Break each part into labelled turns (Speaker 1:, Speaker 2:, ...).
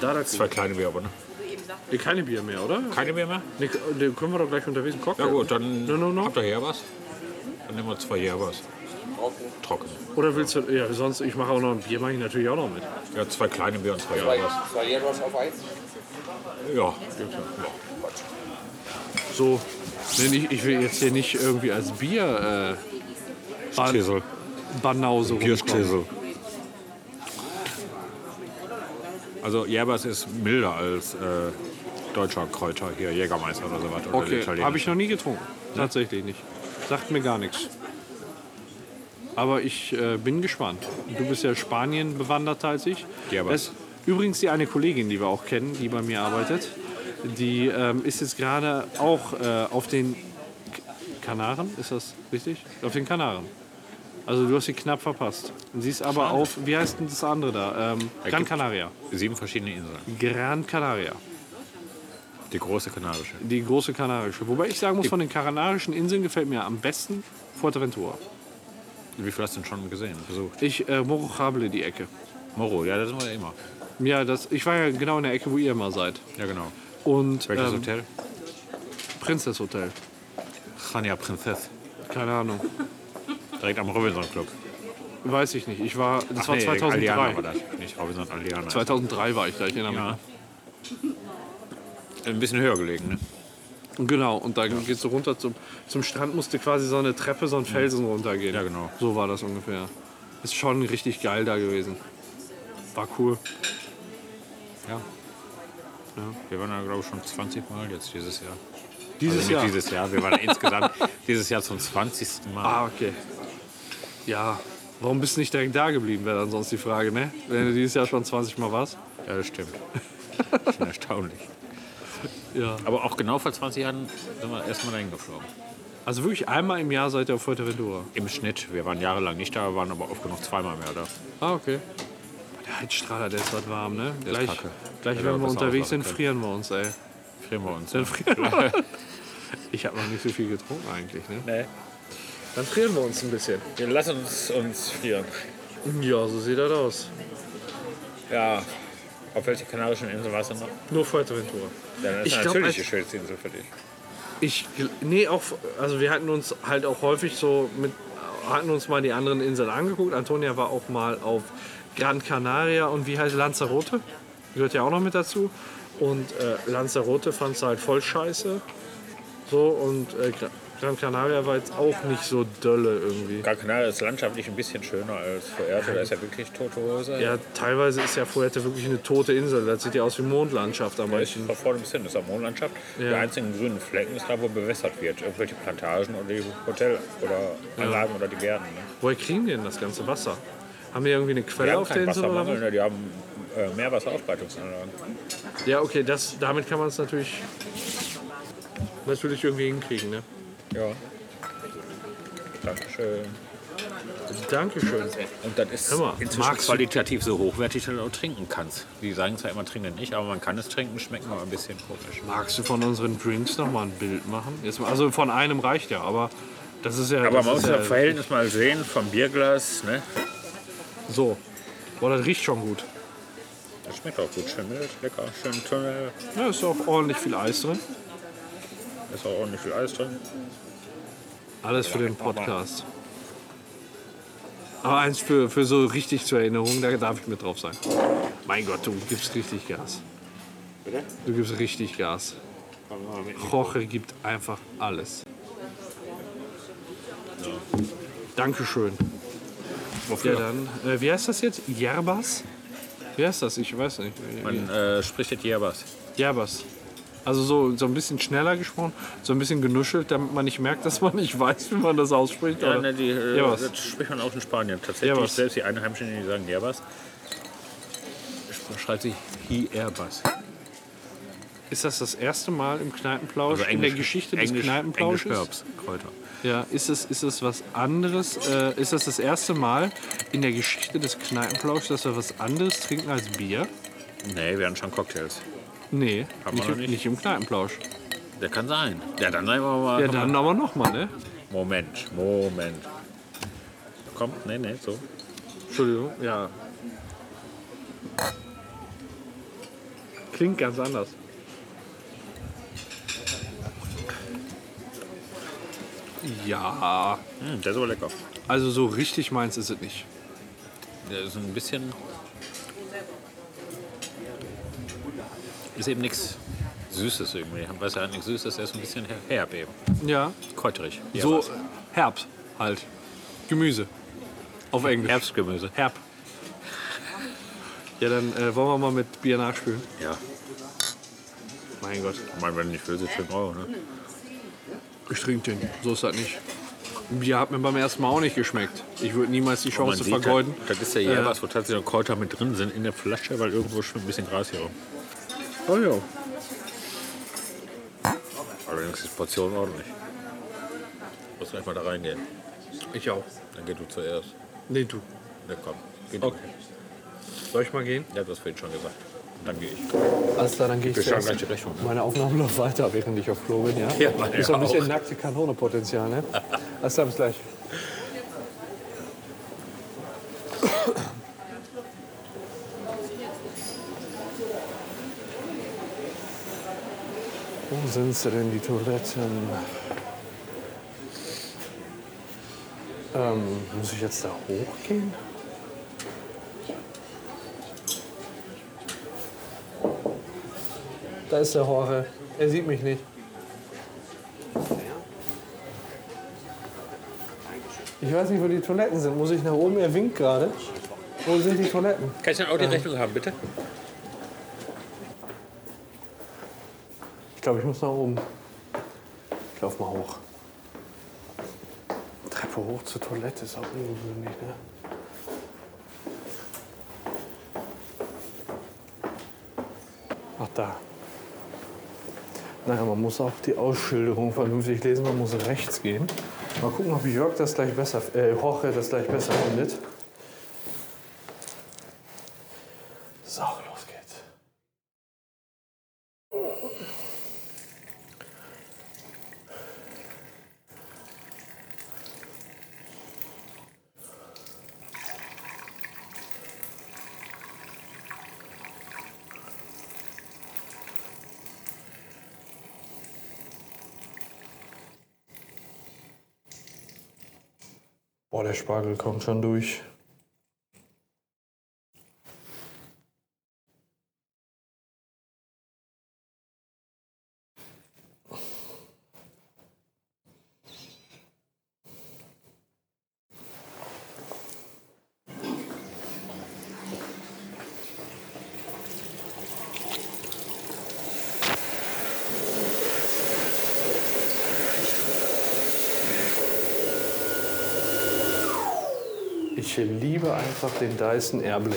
Speaker 1: Da dazu.
Speaker 2: Zwei kleine Bier, aber ne?
Speaker 1: Nee, keine Bier mehr, oder?
Speaker 2: Keine Bier mehr?
Speaker 1: Nee, den können wir doch gleich unterwegs einen Cocktail.
Speaker 2: Ja gut, dann
Speaker 1: No, no, no.
Speaker 2: habt ihr hier was. Dann nehmen wir zwei hier was. Trocken.
Speaker 1: Oder willst du, ja, sonst, ich mache auch noch ein Bier, mache ich natürlich auch noch mit.
Speaker 2: Ja, zwei kleine Bier und zwei
Speaker 3: Zwei,
Speaker 2: hier was.
Speaker 3: zwei Jaguars auf Eis.
Speaker 2: Ja.
Speaker 1: So, denn ich, ich will jetzt hier nicht irgendwie als Bier äh, Ban
Speaker 2: Käsel.
Speaker 1: Banause rumkommen.
Speaker 2: Bierkäsel. Also Jäbers ist milder als äh, deutscher Kräuter hier, Jägermeister oder sowas. Oder
Speaker 1: Okay,
Speaker 2: italienischer.
Speaker 1: habe ich noch nie getrunken. Tatsächlich nicht. Sagt mir gar nichts. Aber ich äh, bin gespannt. Du bist ja Spanien bewanderter als ich.
Speaker 2: Ja, aber-
Speaker 1: Das- übrigens die eine Kollegin, die wir auch kennen, die bei mir arbeitet, die ähm, ist jetzt gerade auch äh, auf den K Kanaren, ist das richtig? Auf den Kanaren. Also du hast sie knapp verpasst. Sie ist aber auf, wie heißt denn das andere da? Ähm, Gran
Speaker 2: gibt-
Speaker 1: Canaria.
Speaker 2: Sieben verschiedene Inseln.
Speaker 1: Gran Canaria.
Speaker 2: Die große kanadische.
Speaker 1: Die große Kanarische. Wobei ich sagen muss, von den Kanarischen Inseln gefällt mir am besten Fuerteventura.
Speaker 2: Wie viel hast du denn schon gesehen, besucht?
Speaker 1: Ich äh, Morojable die Ecke.
Speaker 2: Moro, ja, da sind wir ja immer.
Speaker 1: Ja, das, ich war ja genau in der Ecke, wo ihr mal seid.
Speaker 2: Ja, genau.
Speaker 1: Und
Speaker 2: Welches
Speaker 1: ähm,
Speaker 2: Hotel?
Speaker 1: Princess Hotel.
Speaker 2: Chania Prinzess.
Speaker 1: Keine Ahnung.
Speaker 2: Direkt am Robinson Club.
Speaker 1: Weiß ich nicht. Ich war, das war
Speaker 2: nee,
Speaker 1: 2003.
Speaker 2: Alliana war das. Nicht Robinson, Alliana.
Speaker 1: 2003 war ich da, ich erinnere mich.
Speaker 2: Ja. Ein bisschen höher gelegen, ne?
Speaker 1: Genau, und da gehst du runter zum, zum Strand, musste quasi so eine Treppe, so einen Felsen runtergehen.
Speaker 2: Ja, genau.
Speaker 1: So war das ungefähr. Ist schon richtig geil da gewesen. War cool.
Speaker 2: Ja. Wir waren da, glaube ich, schon 20 Mal jetzt dieses Jahr.
Speaker 1: Dieses
Speaker 2: also nicht
Speaker 1: Jahr.
Speaker 2: dieses Jahr. Wir waren da insgesamt dieses Jahr zum 20. Mal.
Speaker 1: Ah, okay. Ja, warum bist du nicht direkt da geblieben, wäre dann sonst die Frage, ne? Wenn du dieses Jahr schon 20 Mal warst.
Speaker 2: Ja, das stimmt. Schon erstaunlich.
Speaker 1: Ja.
Speaker 2: Aber auch genau vor 20 Jahren sind wir erstmal dahin geflogen.
Speaker 1: Also wirklich einmal im Jahr seid ihr auf Fuerteventura.
Speaker 2: Im Schnitt. Wir waren jahrelang nicht da, waren aber oft genug zweimal mehr da.
Speaker 1: Ah, okay. Der Heizstrahler, der ist was warm, ne?
Speaker 2: ist
Speaker 1: gleich,
Speaker 2: kacke.
Speaker 1: gleich
Speaker 2: Hätte
Speaker 1: wenn
Speaker 2: aber
Speaker 1: wir
Speaker 2: besser
Speaker 1: unterwegs sind,
Speaker 2: aufladen
Speaker 1: frieren wir uns, ey.
Speaker 2: Frieren wir uns.
Speaker 1: Dann frieren wir. Ich habe noch nicht so viel getrunken eigentlich, ne?
Speaker 2: Nee.
Speaker 1: Dann frieren wir uns ein bisschen.
Speaker 2: Wir lassen uns, uns frieren.
Speaker 1: Ja, so sieht das aus.
Speaker 2: Ja. Auf welche kanarischen Insel warst du noch?
Speaker 1: Nur Fuerteventura.
Speaker 2: Ja, das
Speaker 1: Ich
Speaker 2: ist
Speaker 1: glaub,
Speaker 2: natürlich die
Speaker 1: als-
Speaker 2: schönste Insel für dich.
Speaker 1: Ich, gl- nee, auch, also wir hatten uns halt auch häufig so mit, hatten uns mal die anderen Inseln angeguckt. Antonia war auch mal auf Gran Canaria und wie heißt Lanzarote? Gehört ja auch noch mit dazu. Und äh, Lanzarote fand es halt voll scheiße. So und äh, Gra- Gran Canaria war jetzt auch nicht so dölle irgendwie.
Speaker 2: Gran Canaria ist landschaftlich ein bisschen schöner als Fuerte. Da ist ja wirklich tote Hose.
Speaker 1: Ja, teilweise ist ja Fuerte wirklich eine tote Insel. Das sieht ja aus wie Mondlandschaft am
Speaker 2: Ich
Speaker 1: meisten.
Speaker 2: war vorne bis hin, das ist eine Mondlandschaft. Die einzigen grünen Flecken ist da, wo bewässert wird. Irgendwelche Plantagen oder die Hotel- oder Anlagen oder die Gärten. Ne?
Speaker 1: Woher kriegen die denn das ganze Wasser? Haben die irgendwie eine
Speaker 2: Die
Speaker 1: Quelle
Speaker 2: haben
Speaker 1: auf der
Speaker 2: keinen
Speaker 1: Insel oder was?
Speaker 2: Wassermangel, ne? die haben äh, Meerwasseraufbereitungsanlagen.
Speaker 1: Ja, okay, das, damit kann man es natürlich, natürlich irgendwie hinkriegen. Ne?
Speaker 2: Ja. Dankeschön.
Speaker 1: Dankeschön.
Speaker 2: Und das ist
Speaker 1: Hör mal, magst du-
Speaker 2: qualitativ so hochwertig, dass du auch trinken kannst. Die sagen zwar immer, trinken nicht, aber man kann es trinken, schmeckt mal ein bisschen komisch.
Speaker 1: Magst du von unseren Drinks noch mal ein Bild machen? Jetzt, mal- also von einem reicht ja, aber das ist ja.
Speaker 2: Aber
Speaker 1: das
Speaker 2: man
Speaker 1: ist
Speaker 2: muss
Speaker 1: ja,
Speaker 2: das Verhältnis mal sehen vom Bierglas. Ne?
Speaker 1: So. Boah, das riecht schon gut.
Speaker 2: Das schmeckt auch gut, schön mild, lecker, schön Tunnel.
Speaker 1: Da ist auch ordentlich viel Eis drin.
Speaker 2: Ist auch ordentlich viel Eis drin.
Speaker 1: Alles für den Podcast. Aber eins für, für so richtig zur Erinnerung, da darf ich mit drauf sein. Mein Gott, du gibst richtig Gas.
Speaker 3: Bitte?
Speaker 1: Du gibst richtig Gas. Jorge gibt einfach alles. Dankeschön. Ja,
Speaker 2: Wofür?
Speaker 1: dann, äh, wie heißt das jetzt? Jerbas? Wie heißt das? Ich weiß nicht.
Speaker 2: Man äh, spricht jetzt hier was.
Speaker 1: Jerbas. Also so, so ein bisschen schneller gesprochen, so ein bisschen genuschelt, damit man nicht merkt, dass man nicht weiß, wie man das ausspricht.
Speaker 2: Ja,
Speaker 1: oder?
Speaker 2: ne, die, äh,
Speaker 1: Jabas.
Speaker 2: das spricht man auch in Spanien. Tatsächlich,
Speaker 1: Jabas.
Speaker 2: selbst die Einheimischen, die sagen Also Jabas, sch- schreibt sich Hierbas.
Speaker 1: ist das das erste Mal im Kneipenplausch,
Speaker 2: Also
Speaker 1: in der
Speaker 2: Englisch-
Speaker 1: Geschichte des
Speaker 2: Englisch,
Speaker 1: Kneipenplausches?
Speaker 2: Englisch Herbst, Kräuter.
Speaker 1: Ja, ist es, ist es was anderes? Äh, ist das das erste Mal in der Geschichte des Kneipenplauschs, dass wir was anderes trinken als Bier?
Speaker 2: Nee, wir hatten schon Cocktails.
Speaker 1: Nee,
Speaker 2: Haben
Speaker 1: nicht,
Speaker 2: wir noch
Speaker 1: im-
Speaker 2: nicht.
Speaker 1: nicht im Kneipenplausch.
Speaker 2: Der kann sein. Ja, dann sei aber mal.
Speaker 1: Ja, dann aber nochmal, ne?
Speaker 2: Moment, Moment. Komm, nee, nee, so.
Speaker 1: Entschuldigung, ja. Klingt ganz anders. Ja,
Speaker 2: Hm, der ist aber lecker.
Speaker 1: also so richtig meins ist es nicht.
Speaker 2: Der ist ein bisschen. Ist eben nichts Süßes irgendwie. Weiß ja nichts Süßes, der ist ein bisschen herb eben.
Speaker 1: Ja,
Speaker 2: Kräuterig. Ja,
Speaker 1: so
Speaker 2: was.
Speaker 1: Herbst halt. Gemüse. Auf Englisch.
Speaker 2: Herbstgemüse.
Speaker 1: Herb. Ja, dann äh, wollen wir mal mit Bier nachspülen.
Speaker 2: Ja.
Speaker 1: Mein Gott.
Speaker 2: Ich meine, wenn nicht will, sind 10 Euro, ne?
Speaker 1: Ich trinke den. So ist das nicht. Bier hat mir beim ersten Mal auch nicht geschmeckt. Ich würde niemals die
Speaker 2: Man
Speaker 1: Chance
Speaker 2: sieht,
Speaker 1: vergeuden.
Speaker 2: Das, das ist ja hier was, wo tatsächlich noch Kräuter mit drin sind in der Flasche, weil irgendwo schwimmt ein bisschen Gras hier rum.
Speaker 1: Oh ja.
Speaker 2: Allerdings ist die Portion ordentlich. Muss gleich mal da reingehen.
Speaker 1: Ich auch.
Speaker 2: Dann geh du zuerst.
Speaker 1: Nee, du.
Speaker 2: Ne, komm. Geh du.
Speaker 1: Okay. Soll ich mal gehen?
Speaker 2: Der hat das vorhin schon gesagt. Dann gehe ich.
Speaker 1: Alles klar, dann gehe ich
Speaker 2: Wir schauen gleich die Rechnung. ne?
Speaker 1: Meine Aufnahme läuft weiter, während ich auf Klo bin, ja?
Speaker 2: Ja, meine
Speaker 1: Ist auch ein bisschen
Speaker 2: auch.
Speaker 1: nackte Kanone-Potenzial, ne? Alles klar, bis gleich. Wo sind sie denn, die Toiletten? Ähm, muss ich jetzt da hochgehen? Da ist der Horche. Er sieht mich nicht. Ich weiß nicht, wo die Toiletten sind. Muss ich nach oben? Er winkt gerade. Wo sind die Toiletten?
Speaker 4: Kann ich dann auch die Rechnung haben, bitte?
Speaker 1: Ich glaube, ich muss nach oben. Ich lauf mal hoch. Treppe hoch zur Toilette ist auch ungewöhnlich, ne? Ach, da. Naja, man muss auch die Ausschilderung vernünftig lesen. Man muss rechts gehen. Mal gucken, ob Jörg das gleich besser, äh, Jorge das gleich besser findet. So, los geht's. Boah, der Spargel kommt schon durch. Ich liebe einfach den Dyson Airblade.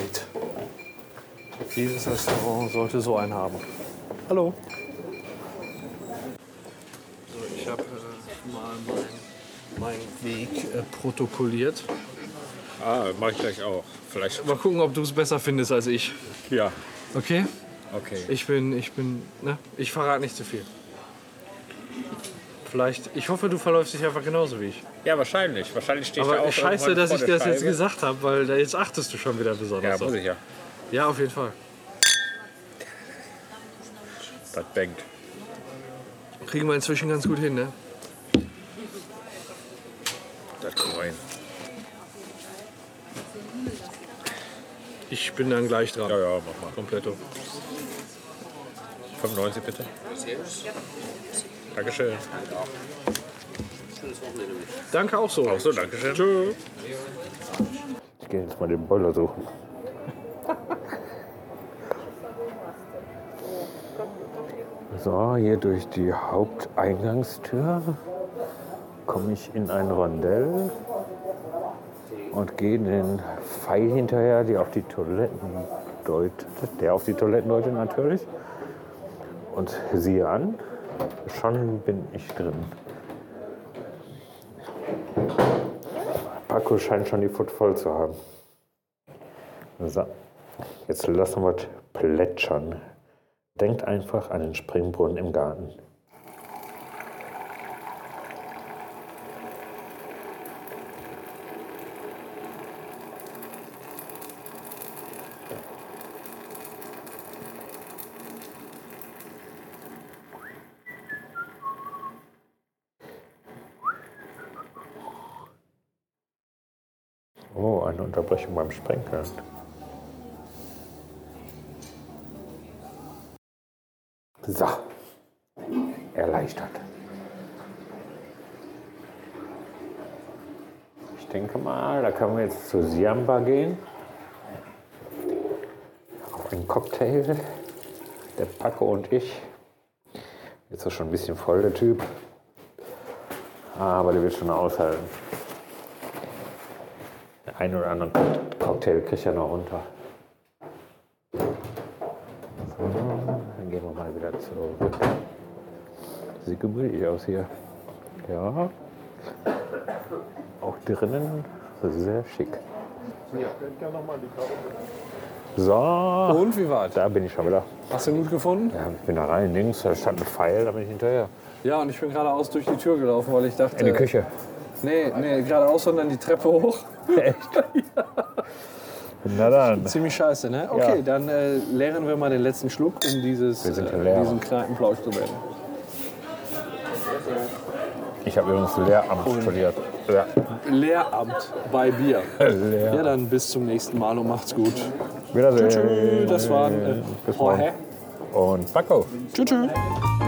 Speaker 1: Jedes Restaurant sollte so einen haben. Hallo. So, ich habe äh, mal meinen meinen Weg äh, protokolliert.
Speaker 4: Ah, mache ich gleich auch. Vielleicht.
Speaker 1: Mal gucken, ob du es besser findest als ich.
Speaker 4: Ja.
Speaker 1: Okay?
Speaker 4: Okay.
Speaker 1: Ich bin, ich bin, ne? Ich verrate nicht zu viel. Vielleicht, ich hoffe, du verläufst dich einfach genauso wie ich.
Speaker 4: Ja, wahrscheinlich. Wahrscheinlich steht da
Speaker 1: Aber
Speaker 4: auch
Speaker 1: scheiße,
Speaker 4: irgendwann
Speaker 1: dass ich
Speaker 4: vor
Speaker 1: das
Speaker 4: der
Speaker 1: jetzt
Speaker 4: Scheibe.
Speaker 1: gesagt habe, weil da jetzt achtest du schon wieder besonders
Speaker 4: Ja, muss
Speaker 1: auf.
Speaker 4: ich ja.
Speaker 1: Ja, auf jeden Fall.
Speaker 4: Das bangt.
Speaker 1: Kriegen wir inzwischen ganz gut hin, ne?
Speaker 4: Das kommt rein.
Speaker 1: Ich bin dann gleich dran.
Speaker 4: Ja, ja, mach mal.
Speaker 1: Kompletto.
Speaker 4: 95 bitte. Dankeschön.
Speaker 1: Danke auch so.
Speaker 4: Auch so, Dankeschön. Tschüss.
Speaker 2: Ich gehe jetzt mal den Boiler suchen. So, hier durch die Haupteingangstür komme ich in ein Rondell und gehe den Pfeil hinterher, der auf die Toiletten deutet, der auf die Toiletten deutet natürlich. Und siehe an, schon bin ich drin. Paco scheint schon die Foot voll zu haben. So, jetzt lassen wir es plätschern. Denkt einfach an den Springbrunnen im Garten. Oh, eine Unterbrechung beim Sprenkeln. So. Erleichtert. Ich denke mal, da können wir jetzt zu Siamba gehen. Auf einen Cocktail. Der Paco und ich. Jetzt ist er schon ein bisschen voll, der Typ. Ah, Aber der wird schon aushalten einen oder anderen Cocktail kriegt ja noch runter. So, dann gehen wir mal wieder zurück. Sieht gemütlich aus hier. Ja. Auch drinnen sehr schick. So,
Speaker 1: Und wie war's?
Speaker 2: da bin ich schon wieder.
Speaker 1: Hast du gut gefunden?
Speaker 2: Ja, ich bin da rein, links, da stand ein Pfeil, da bin ich hinterher.
Speaker 1: Ja, und ich bin geradeaus durch die Tür gelaufen, weil ich dachte.
Speaker 2: In die Küche.
Speaker 1: Nee, nee, geradeaus, sondern die Treppe hoch.
Speaker 2: Na dann.
Speaker 1: Ziemlich scheiße, ne? Okay,
Speaker 2: Ja.
Speaker 1: dann äh, leeren wir mal den letzten Schluck, um dieses,
Speaker 2: Wir sind ja
Speaker 1: äh,
Speaker 2: Lehrer.
Speaker 1: diesen Kneipenplausch zu werden.
Speaker 2: Ich habe übrigens Lehramt studiert. Ja.
Speaker 1: Lehramt bei Bier.
Speaker 2: Lehr-
Speaker 1: Ja, dann bis zum nächsten Mal und macht's gut.
Speaker 2: Wiedersehen.
Speaker 1: Tschüss, das waren äh,
Speaker 2: Bis morgen.
Speaker 1: Jorge.
Speaker 2: Und Paco.
Speaker 1: Tschüss. tschüss.